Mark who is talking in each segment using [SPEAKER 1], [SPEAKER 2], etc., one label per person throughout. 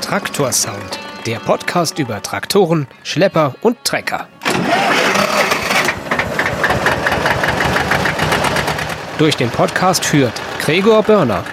[SPEAKER 1] Traktorsound, der Podcast über Traktoren, Schlepper und Trecker. Durch den Podcast führt Gregor Börner.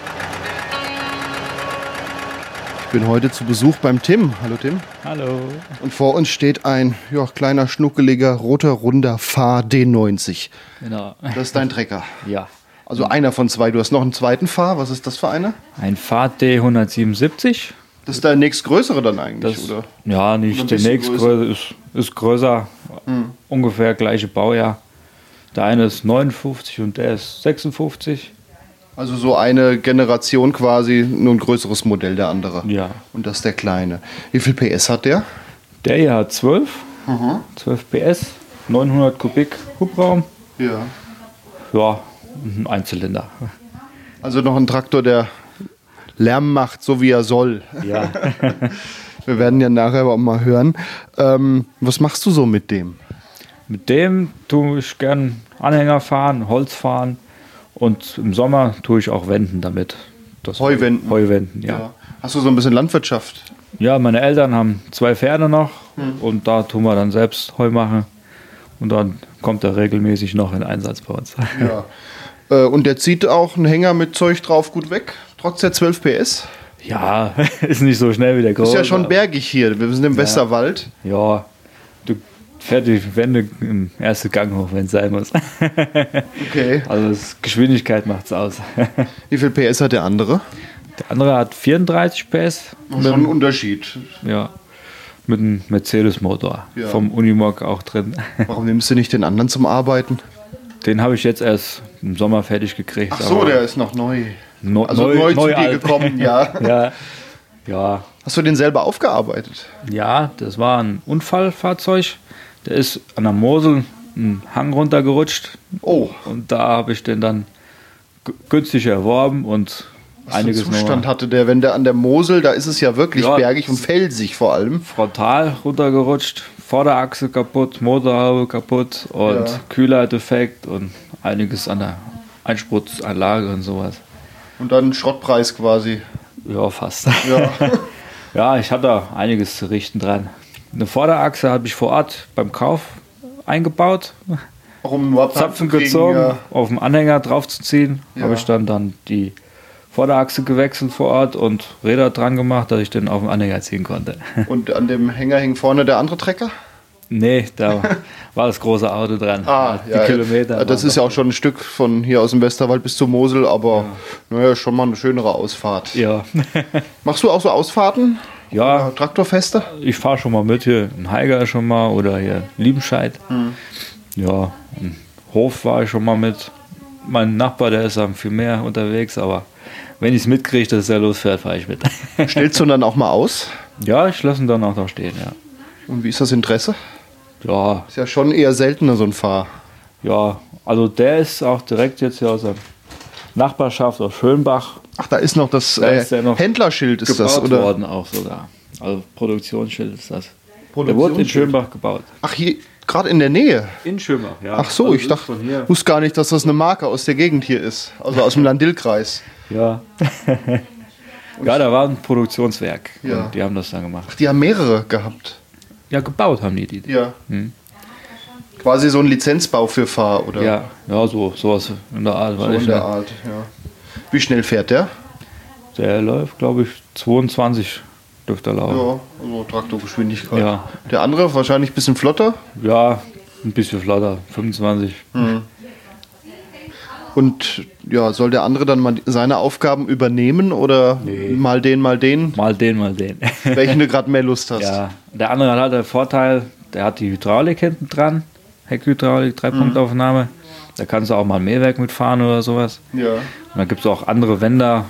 [SPEAKER 2] Ich bin heute zu Besuch beim Tim. Hallo Tim.
[SPEAKER 3] Hallo.
[SPEAKER 2] Und vor uns steht ein ja, kleiner, schnuckeliger, roter, runder Fahr D90.
[SPEAKER 3] Genau.
[SPEAKER 2] Das ist dein Trecker.
[SPEAKER 3] Ja.
[SPEAKER 2] Also einer von zwei. Du hast noch einen zweiten Fahr. Was ist das für einer?
[SPEAKER 3] Ein Fahrt D177.
[SPEAKER 2] Das ist der nächstgrößere dann eigentlich,
[SPEAKER 3] Das,
[SPEAKER 2] oder?
[SPEAKER 3] Ja,
[SPEAKER 2] Oder ein
[SPEAKER 3] nicht der
[SPEAKER 2] bisschen Hm.
[SPEAKER 3] nächstgrößere ist, ist größer. Ungefähr gleiche Baujahr. Der eine ist 59 und der ist 56.
[SPEAKER 2] Also so eine Generation quasi, nur ein größeres Modell der andere.
[SPEAKER 3] Ja.
[SPEAKER 2] Und das ist der kleine. Wie viel PS hat der?
[SPEAKER 3] Der hier hat 12.
[SPEAKER 2] Mhm.
[SPEAKER 3] 12 PS, 900 Kubik Hubraum.
[SPEAKER 2] Ja.
[SPEAKER 3] Ja, und ein Einzylinder.
[SPEAKER 2] Also noch ein Traktor, der Lärm macht, so wie er soll.
[SPEAKER 3] Ja.
[SPEAKER 2] Wir werden ja nachher auch mal hören. Ähm, was machst du so mit dem?
[SPEAKER 3] Mit dem tue ich gern Anhänger fahren, Holz fahren und im Sommer tue ich auch Wenden damit. Das
[SPEAKER 2] Heuwenden.
[SPEAKER 3] Heuwenden, ja. ja.
[SPEAKER 2] Hast du so ein bisschen Landwirtschaft?
[SPEAKER 3] meine Eltern haben zwei Pferde noch
[SPEAKER 2] Hm.
[SPEAKER 3] und da tun wir dann selbst Heu machen und dann kommt er regelmäßig noch in Einsatz bei uns.
[SPEAKER 2] Ja. Äh, und der zieht auch einen Hänger mit Zeug drauf gut weg, trotz der 12 PS.
[SPEAKER 3] Ja, ist nicht so schnell wie der Große.
[SPEAKER 2] Ist ja schon
[SPEAKER 3] aber-
[SPEAKER 2] bergig hier. Wir sind im Westerwald.
[SPEAKER 3] Ja, du fährst die Wände im ersten Gang hoch, wenn es sein muss.
[SPEAKER 2] Okay.
[SPEAKER 3] Also das Geschwindigkeit macht's aus.
[SPEAKER 2] Wie viel PS hat der andere?
[SPEAKER 3] Der andere hat 34 PS. mit
[SPEAKER 2] Schon ein Unterschied.
[SPEAKER 3] Ja. Mit einem Mercedes-Motor.
[SPEAKER 2] Ja.
[SPEAKER 3] Vom Unimog auch drin.
[SPEAKER 2] Warum nimmst du nicht den anderen zum Arbeiten?
[SPEAKER 3] Den habe ich jetzt erst im Sommer fertig gekriegt.
[SPEAKER 2] Ach so,
[SPEAKER 3] aber
[SPEAKER 2] der ist noch neu.
[SPEAKER 3] neu,
[SPEAKER 2] Also neu, zu dir
[SPEAKER 3] alt.
[SPEAKER 2] gekommen, ja.
[SPEAKER 3] ja. Ja.
[SPEAKER 2] Hast du den selber aufgearbeitet?
[SPEAKER 3] Ja, das war ein Unfallfahrzeug. Der ist an der Mosel einen Hang runtergerutscht.
[SPEAKER 2] Oh,
[SPEAKER 3] Und da habe ich den dann gü- günstig erworben und
[SPEAKER 2] was für einen
[SPEAKER 3] einiges
[SPEAKER 2] Zustand
[SPEAKER 3] noch
[SPEAKER 2] hatte der, wenn der an der Mosel, da ist es ja wirklich
[SPEAKER 3] Ja.
[SPEAKER 2] bergig und felsig vor allem.
[SPEAKER 3] frontal runtergerutscht. Vorderachse kaputt, Motorhaube kaputt und
[SPEAKER 2] Ja.
[SPEAKER 3] Kühler defekt und einiges an der Einspritzanlage und sowas.
[SPEAKER 2] Und dann Schrottpreis quasi.
[SPEAKER 3] Ja, fast.
[SPEAKER 2] Ja.
[SPEAKER 3] Ja, ich hatte da einiges zu richten dran. Eine Vorderachse habe ich vor Ort beim Kauf eingebaut,
[SPEAKER 2] Warum überhaupt
[SPEAKER 3] Zapfen
[SPEAKER 2] anzukriegen,
[SPEAKER 3] gezogen,
[SPEAKER 2] Ja.
[SPEAKER 3] auf dem Anhänger draufzuziehen.
[SPEAKER 2] Ja.
[SPEAKER 3] Habe ich dann dann die Vorderachse gewechselt vor Ort und Räder dran gemacht, dass ich den auf dem Anhänger ziehen konnte.
[SPEAKER 2] Und an dem Hänger hing vorne der andere Trecker?
[SPEAKER 3] nee, da war das große Auto dran. Ah, die Kilometer.
[SPEAKER 2] Ah, Ja, das
[SPEAKER 3] waren
[SPEAKER 2] ist ja auch schon ein Stück von hier aus dem Westerwald bis zur Mosel, aber naja, schon mal eine schönere Ausfahrt.
[SPEAKER 3] Ja,
[SPEAKER 2] Machst du auch so Ausfahrten?
[SPEAKER 3] ja
[SPEAKER 2] Oder Traktorfeste?
[SPEAKER 3] ich fahre schon mal mit hier in Heiger schon mal oder hier Liebenscheid.
[SPEAKER 2] Mhm.
[SPEAKER 3] Ja, im Hof war ich schon mal mit. Mein Nachbar, der ist am viel mehr unterwegs, aber wenn ich es mitkriege, dass er losfährt, fahre ich mit.
[SPEAKER 2] Stellst du dann auch mal aus?
[SPEAKER 3] ja, ich lasse ihn dann auch noch stehen, ja.
[SPEAKER 2] Und wie ist das Interesse?
[SPEAKER 3] Ja,
[SPEAKER 2] Ist ja schon eher seltener so ein Fahr.
[SPEAKER 3] ja, also der ist auch direkt jetzt hier aus der Nachbarschaft aus Schönbach
[SPEAKER 2] Ach, da ist noch das
[SPEAKER 3] Da
[SPEAKER 2] äh,
[SPEAKER 3] ist der noch
[SPEAKER 2] Händlerschild, ist das, oder?
[SPEAKER 3] worden auch sogar. Also Produktionsschild ist das. Der wurde in
[SPEAKER 2] Produktionsschild?
[SPEAKER 3] Schönbach gebaut.
[SPEAKER 2] Ach, hier, gerade in der Nähe.
[SPEAKER 3] In Schönbach, ja. Also
[SPEAKER 2] Ach so, ich dachte, wusste gar nicht, dass das eine Marke aus der Gegend hier ist. Also aus dem Landil-Kreis.
[SPEAKER 3] Ja. ja, da war ein Produktionswerk.
[SPEAKER 2] Ja.
[SPEAKER 3] Und die haben das dann gemacht.
[SPEAKER 2] Die haben mehrere gehabt.
[SPEAKER 3] Ja, gebaut haben die die.
[SPEAKER 2] Ja.
[SPEAKER 3] Hm.
[SPEAKER 2] Quasi so ein Lizenzbau für Fahr, oder?
[SPEAKER 3] Ja, ja so, sowas in der Art.
[SPEAKER 2] So
[SPEAKER 3] Weil
[SPEAKER 2] in
[SPEAKER 3] ich
[SPEAKER 2] der
[SPEAKER 3] der,
[SPEAKER 2] Art, ja. Wie schnell fährt der?
[SPEAKER 3] der läuft, glaube ich, 22 dürfte er laufen.
[SPEAKER 2] Ja, also Traktorgeschwindigkeit.
[SPEAKER 3] Ja.
[SPEAKER 2] Der andere wahrscheinlich ein bisschen flotter.
[SPEAKER 3] Ja. ein bisschen flatter, 25.
[SPEAKER 2] Hm. Und ja, soll der andere dann mal die- seine Aufgaben übernehmen oder mal den, mal den,
[SPEAKER 3] Mal den, mal den.
[SPEAKER 2] welchen du gerade mehr Lust hast?
[SPEAKER 3] ja, der andere hat halt den Vorteil, der hat die Hydraulik hinten dran, Heckhydraulik, Dreipunktaufnahme. Da kannst du auch mal ein Mähwerk mitfahren oder sowas.
[SPEAKER 2] Hm. ja.
[SPEAKER 3] Und dann gibt es auch andere Wender,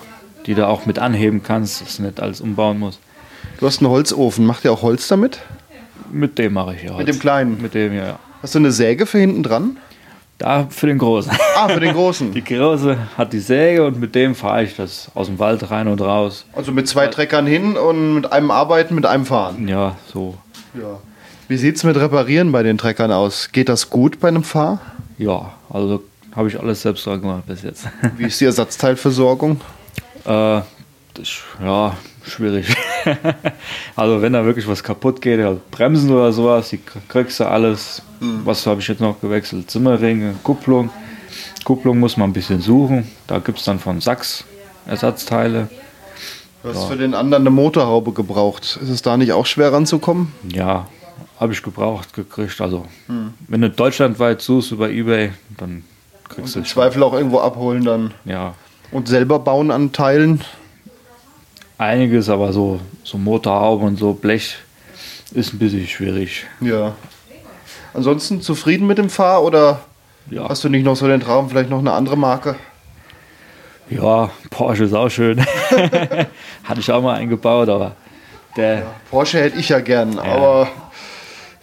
[SPEAKER 3] die du auch mit anheben kannst, dass du nicht alles umbauen musst.
[SPEAKER 2] Du hast einen Holzofen. Macht ihr auch Holz damit?
[SPEAKER 3] Mit dem mache ich ja
[SPEAKER 2] Mit dem kleinen.
[SPEAKER 3] Mit dem, ja, ja.
[SPEAKER 2] Hast du eine Säge für hinten dran?
[SPEAKER 3] Da für den Großen.
[SPEAKER 2] Ah, für den großen.
[SPEAKER 3] Die Große hat die Säge und mit dem fahre ich das aus dem Wald rein und raus.
[SPEAKER 2] Also mit zwei Treckern hin und mit einem arbeiten, mit einem fahren.
[SPEAKER 3] Ja, so.
[SPEAKER 2] Ja. Wie sieht's mit Reparieren bei den Treckern aus? Geht das gut bei einem Fahr?
[SPEAKER 3] Ja, also habe ich alles selbst dran gemacht bis jetzt.
[SPEAKER 2] Wie ist die Ersatzteilversorgung?
[SPEAKER 3] äh, ich, ja, schwierig. also wenn da wirklich was kaputt geht, also Bremsen oder sowas, die kriegst du alles.
[SPEAKER 2] Mhm.
[SPEAKER 3] Was habe ich jetzt noch gewechselt? Zimmerringe, Kupplung. Kupplung muss man ein bisschen suchen. Da gibt es dann von Sachs Ersatzteile.
[SPEAKER 2] Du hast für den anderen eine Motorhaube gebraucht. Ist es da nicht auch schwer ranzukommen?
[SPEAKER 3] Ja, habe ich gebraucht gekriegt. Also wenn du deutschlandweit suchst über Ebay, dann kriegst du
[SPEAKER 2] Im Zweifel auch irgendwo abholen dann.
[SPEAKER 3] ja
[SPEAKER 2] Und selber bauen an Teilen.
[SPEAKER 3] einiges, aber so, so Motorhaube und so Blech ist ein bisschen schwierig.
[SPEAKER 2] Ja. Ansonsten zufrieden mit dem Fahr oder
[SPEAKER 3] Ja.
[SPEAKER 2] hast du nicht noch so den Traum, vielleicht noch eine andere Marke?
[SPEAKER 3] Ja, Porsche ist auch schön. Hatte ich auch mal eingebaut, aber der.
[SPEAKER 2] Porsche hätte ich ja gern, aber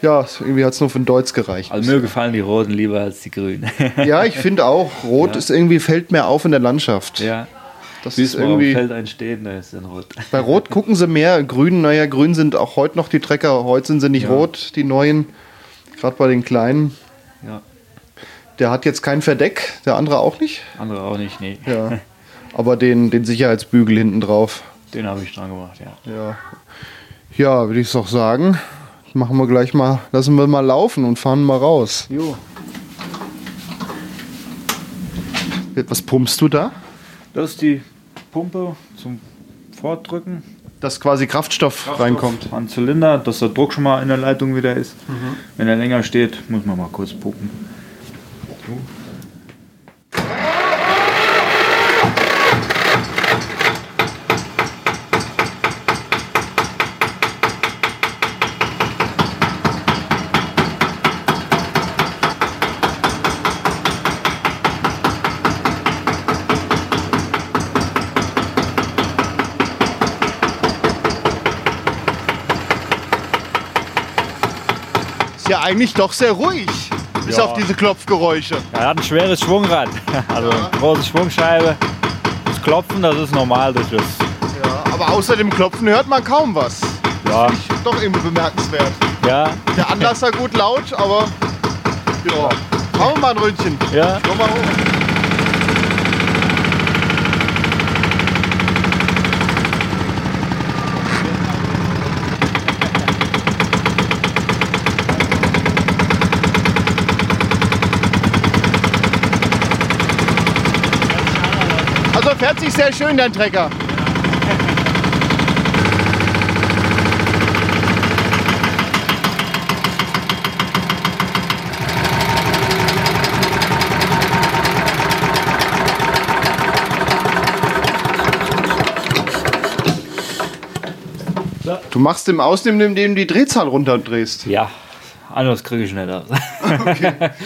[SPEAKER 2] ja, irgendwie hat es nur für den Deutz gereicht.
[SPEAKER 3] Also mir gefallen die Roten lieber als die Grünen.
[SPEAKER 2] Ja, ich finde auch, Rot ist irgendwie fällt mehr auf in der Landschaft.
[SPEAKER 3] ja.
[SPEAKER 2] das ist
[SPEAKER 3] Siehst du, irgendwie
[SPEAKER 2] irgendwie.
[SPEAKER 3] Feld einstehen, da ist dann rot.
[SPEAKER 2] Bei Rot gucken sie mehr, Grün, naja, Grün sind auch heute noch die Trecker, heute sind sie nicht rot, die neuen, gerade bei den kleinen.
[SPEAKER 3] Ja.
[SPEAKER 2] Der hat jetzt kein Verdeck, der andere auch nicht.
[SPEAKER 3] Andere auch nicht, nee.
[SPEAKER 2] Ja. Aber den, den Sicherheitsbügel hinten drauf.
[SPEAKER 3] Den habe ich dran gemacht, ja.
[SPEAKER 2] Ja. Ja, würde ich doch sagen. Machen wir gleich mal, lassen wir mal laufen und fahren mal raus.
[SPEAKER 3] Jo.
[SPEAKER 2] Was pumpst du da?
[SPEAKER 3] Das ist die Pumpe zum Vordrücken.
[SPEAKER 2] Dass quasi Kraftstoff, reinkommt.
[SPEAKER 3] An Zylinder, dass der Druck schon mal in der Leitung wieder ist. Wenn er länger steht, muss man mal kurz pumpen.
[SPEAKER 2] Ist ja eigentlich doch sehr ruhig. Bis
[SPEAKER 3] Ja.
[SPEAKER 2] auf diese Klopfgeräusche.
[SPEAKER 3] Er hat ein schweres Schwungrad, also eine große Schwungscheibe. Das Klopfen, das ist normal durch das.
[SPEAKER 2] Ja, aber außer dem Klopfen hört man kaum was.
[SPEAKER 3] Ja,
[SPEAKER 2] Doch irgendwie bemerkenswert.
[SPEAKER 3] ja,
[SPEAKER 2] Der Anlass war gut laut, aber ja. Machen wir mal ein Röntchen.
[SPEAKER 3] ja.
[SPEAKER 2] Komm mal hoch. Also fährt sich sehr schön dein Trecker. Du machst im Ausnehmen, indem du die Drehzahl runterdrehst.
[SPEAKER 3] Ja, anders kriege ich nicht aus.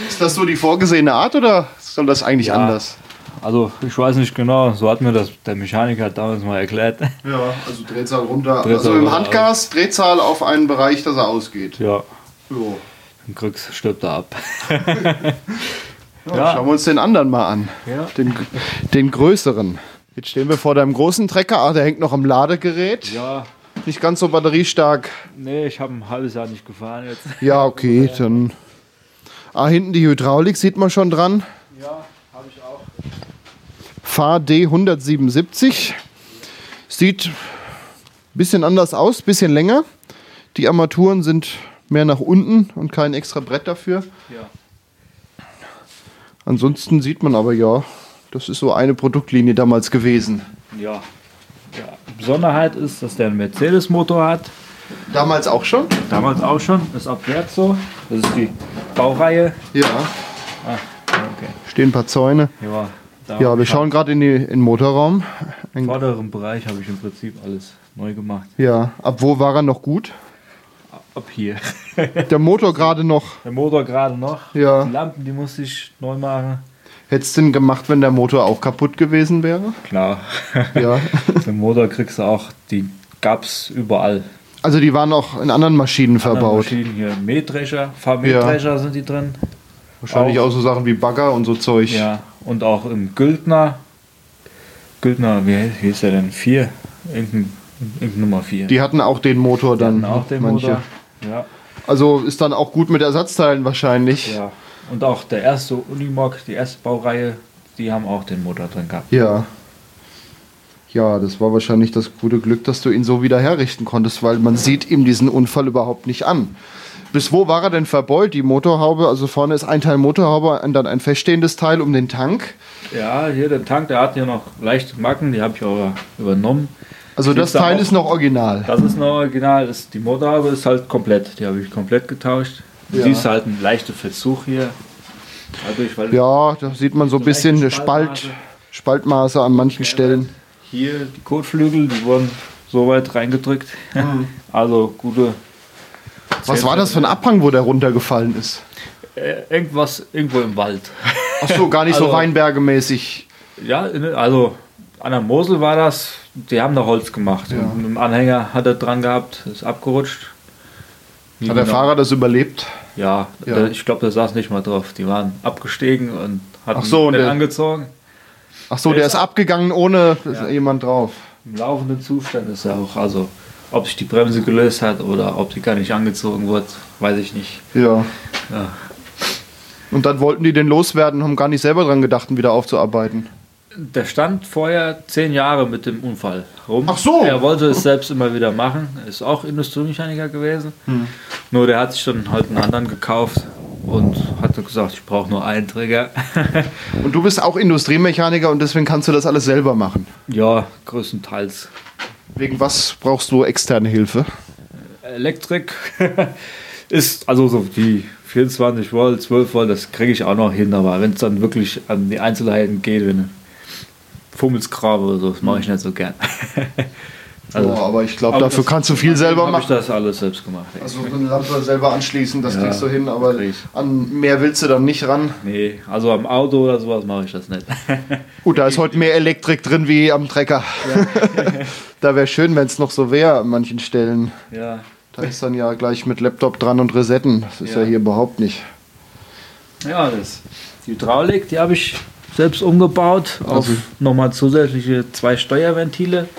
[SPEAKER 2] Ist das so die vorgesehene Art oder soll das eigentlich
[SPEAKER 3] Ja.
[SPEAKER 2] anders?
[SPEAKER 3] Also, ich weiß nicht genau, so hat mir das der Mechaniker damals mal erklärt.
[SPEAKER 2] Ja, also Drehzahl runter.
[SPEAKER 3] Drehzahl
[SPEAKER 2] also im
[SPEAKER 3] runter.
[SPEAKER 2] Handgas, Drehzahl auf einen Bereich, dass er ausgeht.
[SPEAKER 3] Ja,
[SPEAKER 2] Jo.
[SPEAKER 3] dann kriegst stirbt er ab.
[SPEAKER 2] Ja,
[SPEAKER 3] Ja.
[SPEAKER 2] Schauen wir uns den anderen mal an.
[SPEAKER 3] Ja.
[SPEAKER 2] Den, den größeren. Jetzt stehen wir vor deinem großen Trecker. Ah, der hängt noch am Ladegerät.
[SPEAKER 3] Ja,
[SPEAKER 2] Nicht ganz so batteriestark.
[SPEAKER 3] nee, ich habe ein halbes Jahr nicht gefahren jetzt.
[SPEAKER 2] Ja, okay, dann. Ah, hinten die Hydraulik sieht man schon dran.
[SPEAKER 3] Ja, habe ich auch.
[SPEAKER 2] Fahr D177. Sieht ein bisschen anders aus, ein bisschen länger. Die Armaturen sind mehr nach unten und kein extra Brett dafür.
[SPEAKER 3] Ja.
[SPEAKER 2] Ansonsten sieht man aber ja, das ist so eine Produktlinie damals gewesen.
[SPEAKER 3] ja. Ja. Besonderheit ist, dass der einen Mercedes-Motor hat.
[SPEAKER 2] Damals auch schon?
[SPEAKER 3] Damals auch schon, ist abwärts so. Das ist die Baureihe.
[SPEAKER 2] Ja.
[SPEAKER 3] Okay.
[SPEAKER 2] Stehen ein paar Zäune.
[SPEAKER 3] Ja, da
[SPEAKER 2] Ja,
[SPEAKER 3] hab
[SPEAKER 2] wir
[SPEAKER 3] ich
[SPEAKER 2] schauen gerade in, die- in den Motorraum.
[SPEAKER 3] Im vorderen Bereich habe ich im Prinzip alles neu gemacht.
[SPEAKER 2] Ja, ab wo war er noch gut?
[SPEAKER 3] Ab hier.
[SPEAKER 2] Der Motor gerade noch.
[SPEAKER 3] Der Motor gerade noch.
[SPEAKER 2] Ja.
[SPEAKER 3] Die Lampen, die musste ich neu machen.
[SPEAKER 2] Hättest du denn gemacht, wenn der Motor auch kaputt gewesen wäre?
[SPEAKER 3] Klar.
[SPEAKER 2] Ja.
[SPEAKER 3] Den Motor kriegst du auch, die gab's überall.
[SPEAKER 2] Also die waren auch in anderen Maschinen
[SPEAKER 3] Andere
[SPEAKER 2] verbaut.
[SPEAKER 3] Maschinen hier Mähdrescher, Fahrmähdrescher sind die drin.
[SPEAKER 2] Wahrscheinlich auch. so Sachen wie Bagger und so Zeug.
[SPEAKER 3] Ja. Und auch im Güldner. Güldner, wie hieß der denn? Vier? Irgendein, irgendein Nummer vier.
[SPEAKER 2] Die hatten auch den Motor dann.
[SPEAKER 3] hatten auch den
[SPEAKER 2] manche.
[SPEAKER 3] Motor. Ja.
[SPEAKER 2] Also ist dann auch gut mit Ersatzteilen wahrscheinlich.
[SPEAKER 3] Ja, und auch der erste Unimog, die erste Baureihe, die haben auch den Motor drin gehabt.
[SPEAKER 2] Ja. Ja, das war wahrscheinlich das gute Glück, dass du ihn so wieder herrichten konntest, weil man sieht ihm diesen Unfall überhaupt nicht an. Bis wo war er denn verbeult? Die Motorhaube, also vorne ist ein Teil Motorhaube und dann ein feststehendes Teil um den Tank.
[SPEAKER 3] Ja, hier der Tank, der hat hier noch leichte Macken, die habe ich auch übernommen.
[SPEAKER 2] Also das
[SPEAKER 3] Liegt's da
[SPEAKER 2] Teil
[SPEAKER 3] auch?
[SPEAKER 2] ist noch original.
[SPEAKER 3] Das ist ein Original, das, die Motorhaube ist halt komplett, die habe ich komplett getauscht. Du
[SPEAKER 2] Ja.
[SPEAKER 3] siehst halt einen leichten Verzug hier. Dadurch, weil
[SPEAKER 2] Ja, da sieht man so ein bisschen eine
[SPEAKER 3] leichte
[SPEAKER 2] Spalt,
[SPEAKER 3] Spaltmaße.
[SPEAKER 2] Spaltmaße an manchen Stellen.
[SPEAKER 3] Hier die Kotflügel, die wurden so weit reingedrückt. Also gute.
[SPEAKER 2] Mhm. Was
[SPEAKER 3] Zehn
[SPEAKER 2] war das für ein Abhang, wo der runtergefallen ist?
[SPEAKER 3] Äh, irgendwas irgendwo im Wald.
[SPEAKER 2] Ach so, gar nicht so
[SPEAKER 3] Also-
[SPEAKER 2] Weinbergemäßig.
[SPEAKER 3] Ja, in- also an der Mosel war das. Die haben da Holz gemacht.
[SPEAKER 2] Ja.
[SPEAKER 3] Und Mit dem Anhänger hat er dran gehabt, ist abgerutscht. Wie
[SPEAKER 2] Hat der
[SPEAKER 3] genau?
[SPEAKER 2] Fahrer das überlebt?
[SPEAKER 3] Ja,
[SPEAKER 2] Ja.
[SPEAKER 3] der- ich glaube, der saß nicht mal drauf. Die waren abgestiegen und hatten
[SPEAKER 2] Ach so, und
[SPEAKER 3] den
[SPEAKER 2] der-
[SPEAKER 3] angezogen.
[SPEAKER 2] Ach so, der ist abgegangen ohne jemand drauf.
[SPEAKER 3] Im laufenden Zustand ist er auch. Also, ob sich die Bremse gelöst hat oder ob die gar nicht angezogen wurde, weiß ich nicht.
[SPEAKER 2] Ja.
[SPEAKER 3] Ja.
[SPEAKER 2] Und dann wollten die den loswerden und haben gar nicht selber dran gedacht, ihn wieder aufzuarbeiten.
[SPEAKER 3] Der stand vorher zehn Jahre mit dem Unfall rum.
[SPEAKER 2] Ach so.
[SPEAKER 3] Er wollte es selbst immer wieder machen. Ist auch Industriemechaniker gewesen.
[SPEAKER 2] Hm.
[SPEAKER 3] Nur der hat sich dann halt einen anderen gekauft und hat dann gesagt, ich brauche nur einen Trigger.
[SPEAKER 2] Und du bist auch Industriemechaniker und deswegen kannst du das alles selber machen.
[SPEAKER 3] ja, größtenteils.
[SPEAKER 2] Wegen was brauchst du externe Hilfe?
[SPEAKER 3] Elektrik ist also so die 24 Volt, 12 Volt, das kriege ich auch noch hin. Aber wenn es dann wirklich an die Einzelheiten geht, wenn Fummelsgrabe oder so, das mache ich nicht so gern. Also-
[SPEAKER 2] Boah, Oh, aber ich glaube,
[SPEAKER 3] Aber
[SPEAKER 2] dafür
[SPEAKER 3] das-
[SPEAKER 2] kannst du viel selber
[SPEAKER 3] Hab ich
[SPEAKER 2] machen.
[SPEAKER 3] das alles selbst gemacht. ey.
[SPEAKER 2] Also so eine Lampe selber anschließen, das
[SPEAKER 3] Ja,
[SPEAKER 2] kriegst du hin, aber
[SPEAKER 3] krieg ich.
[SPEAKER 2] an mehr willst du dann nicht ran.
[SPEAKER 3] Nee, also am Auto oder sowas mache ich das nicht.
[SPEAKER 2] Gut, da ist heute mehr Elektrik drin wie am Trecker. da wäre schön, wenn es noch so wäre an manchen Stellen.
[SPEAKER 3] ja.
[SPEAKER 2] Da ist dann ja gleich mit Laptop dran und Resetten. Das ist ja,
[SPEAKER 3] Ja.
[SPEAKER 2] hier überhaupt nicht.
[SPEAKER 3] Ja, das. Die Hydraulik, die habe ich selbst umgebaut auf
[SPEAKER 2] Also-
[SPEAKER 3] nochmal zusätzliche zwei Steuerventile.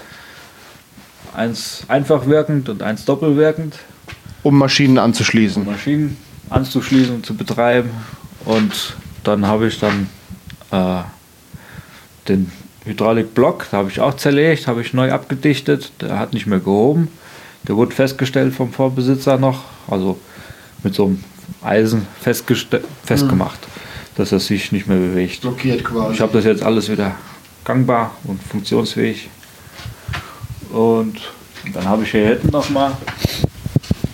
[SPEAKER 3] Eins einfach wirkend und eins doppelwirkend.
[SPEAKER 2] Um Maschinen anzuschließen.
[SPEAKER 3] Maschinen anzuschließen und zu betreiben. Und dann habe ich dann äh, den Hydraulikblock, da habe ich auch zerlegt, habe ich neu abgedichtet, der hat nicht mehr gehoben. Der wurde festgestellt vom Vorbesitzer noch, also mit so einem Eisen festgeste- festgemacht, dass er sich nicht mehr bewegt.
[SPEAKER 2] Blockiert quasi.
[SPEAKER 3] Ich habe das jetzt alles wieder gangbar und funktionsfähig. Und dann habe ich hier hinten nochmal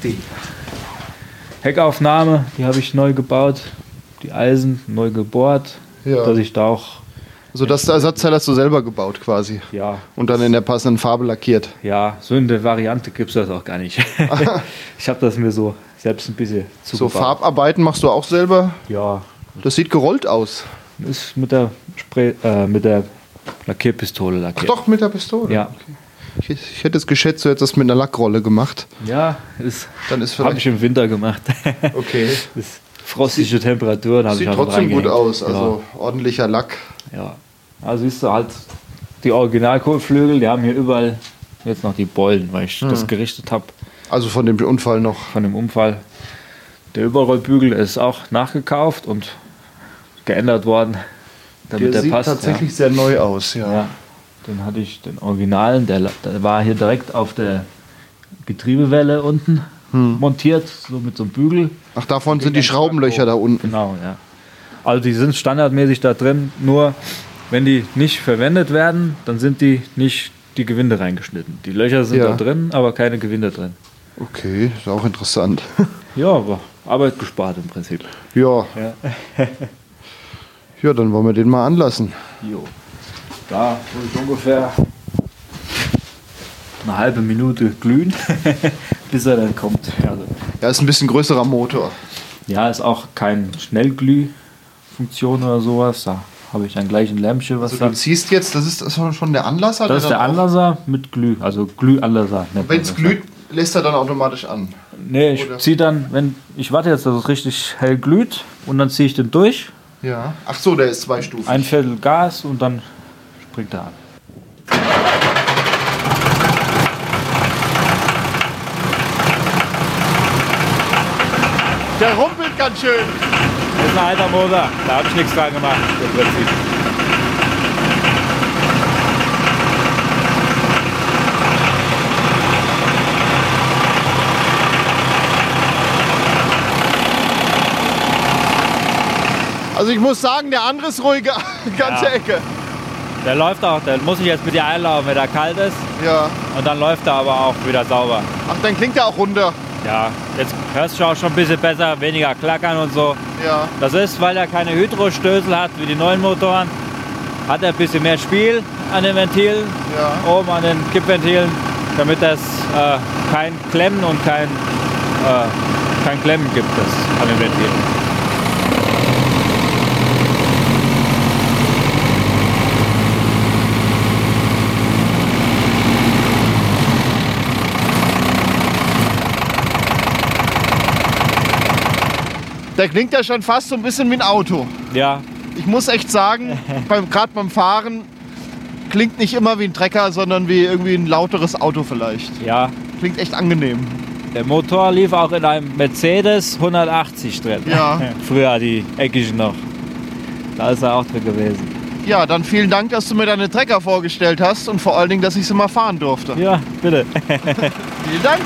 [SPEAKER 3] die Heckaufnahme, die habe ich neu gebaut, die Eisen neu gebohrt,
[SPEAKER 2] Ja.
[SPEAKER 3] dass ich da auch,
[SPEAKER 2] also das Ersatzteil hast du selber gebaut quasi.
[SPEAKER 3] ja,
[SPEAKER 2] Und dann in der passenden Farbe lackiert.
[SPEAKER 3] ja, so in der Variante gibt es das auch gar nicht. ich habe das mir so selbst ein bisschen
[SPEAKER 2] So
[SPEAKER 3] zugebaut.
[SPEAKER 2] Farbarbeiten machst du auch selber.
[SPEAKER 3] Ja,
[SPEAKER 2] Das sieht gerollt aus.
[SPEAKER 3] ist mit der, Spray, äh, mit der Lackierpistole lackiert.
[SPEAKER 2] Doch, mit der Pistole.
[SPEAKER 3] Ja,
[SPEAKER 2] Ich, ich hätte es geschätzt, du hättest das mit einer Lackrolle gemacht.
[SPEAKER 3] ja, ist
[SPEAKER 2] Dann ist
[SPEAKER 3] Habe ich
[SPEAKER 2] vielleicht.
[SPEAKER 3] im Winter gemacht.
[SPEAKER 2] Okay.
[SPEAKER 3] Das frostige Temperaturen habe ich
[SPEAKER 2] Sieht
[SPEAKER 3] auch
[SPEAKER 2] trotzdem gut
[SPEAKER 3] reingehängt.
[SPEAKER 2] aus. Also ordentlicher Lack.
[SPEAKER 3] ja, ja. Also siehst du halt die Originalkohlflügel, die haben hier überall jetzt noch die Beulen, weil ich
[SPEAKER 2] Hm.
[SPEAKER 3] das gerichtet habe
[SPEAKER 2] Also von dem Unfall noch.
[SPEAKER 3] von dem Unfall. Der Überrollbügel ist auch nachgekauft und geändert worden, damit der,
[SPEAKER 2] sieht
[SPEAKER 3] passt.
[SPEAKER 2] tatsächlich sehr neu aus, ja.
[SPEAKER 3] ja. Ja. Den hatte ich, den Originalen, der, la- der war hier direkt auf der Getriebewelle unten
[SPEAKER 2] Hm.
[SPEAKER 3] montiert, so mit so einem Bügel.
[SPEAKER 2] Ach, davon sind die Schraubenlöcher da unten.
[SPEAKER 3] Genau, ja. Also die sind standardmäßig da drin, nur wenn die nicht verwendet werden, dann sind die nicht die Gewinde reingeschnitten. Die Löcher sind
[SPEAKER 2] Ja.
[SPEAKER 3] da drin, aber keine Gewinde drin.
[SPEAKER 2] Okay, ist auch interessant.
[SPEAKER 3] Ja, aber Arbeit gespart im Prinzip.
[SPEAKER 2] Ja.
[SPEAKER 3] Ja.
[SPEAKER 2] ja, dann wollen wir den mal anlassen.
[SPEAKER 3] Jo. Da muss ich ungefähr eine halbe Minute glühen, bis er dann kommt. Also,
[SPEAKER 2] Ja, ist ein bisschen größerer Motor.
[SPEAKER 3] ja, ist auch keine Schnellglühfunktion oder sowas. Da habe ich dann gleich ein Lämpchen, was
[SPEAKER 2] Also du
[SPEAKER 3] sagt.
[SPEAKER 2] ziehst jetzt, das ist das ist schon der Anlasser.
[SPEAKER 3] Das ist der
[SPEAKER 2] dann auch-
[SPEAKER 3] Anlasser mit Glüh, also Glühanlasser. nennt man
[SPEAKER 2] Wenn es
[SPEAKER 3] das.
[SPEAKER 2] glüht, lässt er dann automatisch an.
[SPEAKER 3] Nee, ich
[SPEAKER 2] Oder-
[SPEAKER 3] zieh dann, wenn ich warte jetzt, dass es richtig hell glüht und dann ziehe ich den durch,
[SPEAKER 2] Ja. Ach so, der ist zwei Stufen.
[SPEAKER 3] ein Viertel Gas und dann springt er an.
[SPEAKER 2] der rumpelt ganz schön.
[SPEAKER 3] Das ist ein alter Motor, da habe ich nichts dran gemacht im Prinzip.
[SPEAKER 2] Also ich muss sagen, der andere ist ruhiger. Ganze
[SPEAKER 3] Ja.
[SPEAKER 2] Ecke.
[SPEAKER 3] Der läuft auch, der muss ich jetzt mit dir einlaufen, wenn er kalt ist.
[SPEAKER 2] Ja.
[SPEAKER 3] Und dann läuft er aber auch wieder sauber.
[SPEAKER 2] Ach, dann klingt er auch runter.
[SPEAKER 3] Ja, jetzt hörst du auch schon ein bisschen besser, weniger klackern und so.
[SPEAKER 2] Ja.
[SPEAKER 3] Das ist, weil er keine Hydrostößel hat wie die neuen Motoren. Hat er ein bisschen mehr Spiel an den Ventilen,
[SPEAKER 2] Ja.
[SPEAKER 3] oben an den Kippventilen, damit das äh, kein Klemmen und kein, äh, kein Klemmen gibt es an den Ventilen.
[SPEAKER 2] Der klingt ja schon fast so ein bisschen wie ein Auto.
[SPEAKER 3] Ja,
[SPEAKER 2] Ich muss echt sagen, beim, gerade beim Fahren klingt nicht immer wie ein Trecker, sondern wie irgendwie ein lauteres Auto vielleicht.
[SPEAKER 3] ja.
[SPEAKER 2] Klingt echt angenehm.
[SPEAKER 3] Der Motor lief auch in einem Mercedes 180 drin.
[SPEAKER 2] Ja.
[SPEAKER 3] Früher die eckigen noch. Da ist er auch drin gewesen.
[SPEAKER 2] Ja, dann vielen Dank, dass du mir deine Trecker vorgestellt hast und vor allen Dingen, dass ich sie mal fahren durfte.
[SPEAKER 3] Ja, bitte.
[SPEAKER 2] Vielen Dank.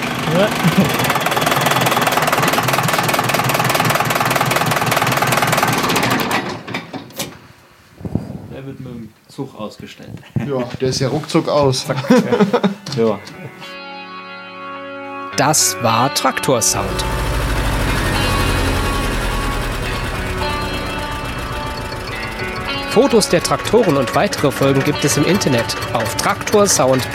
[SPEAKER 3] Der wird mit dem Zug ausgestellt.
[SPEAKER 2] Ja, der ist ja ruckzuck aus.
[SPEAKER 3] Ja.
[SPEAKER 1] Das war Traktorsound. Fotos der Traktoren und weitere Folgen gibt es im Internet auf traktorsound.de.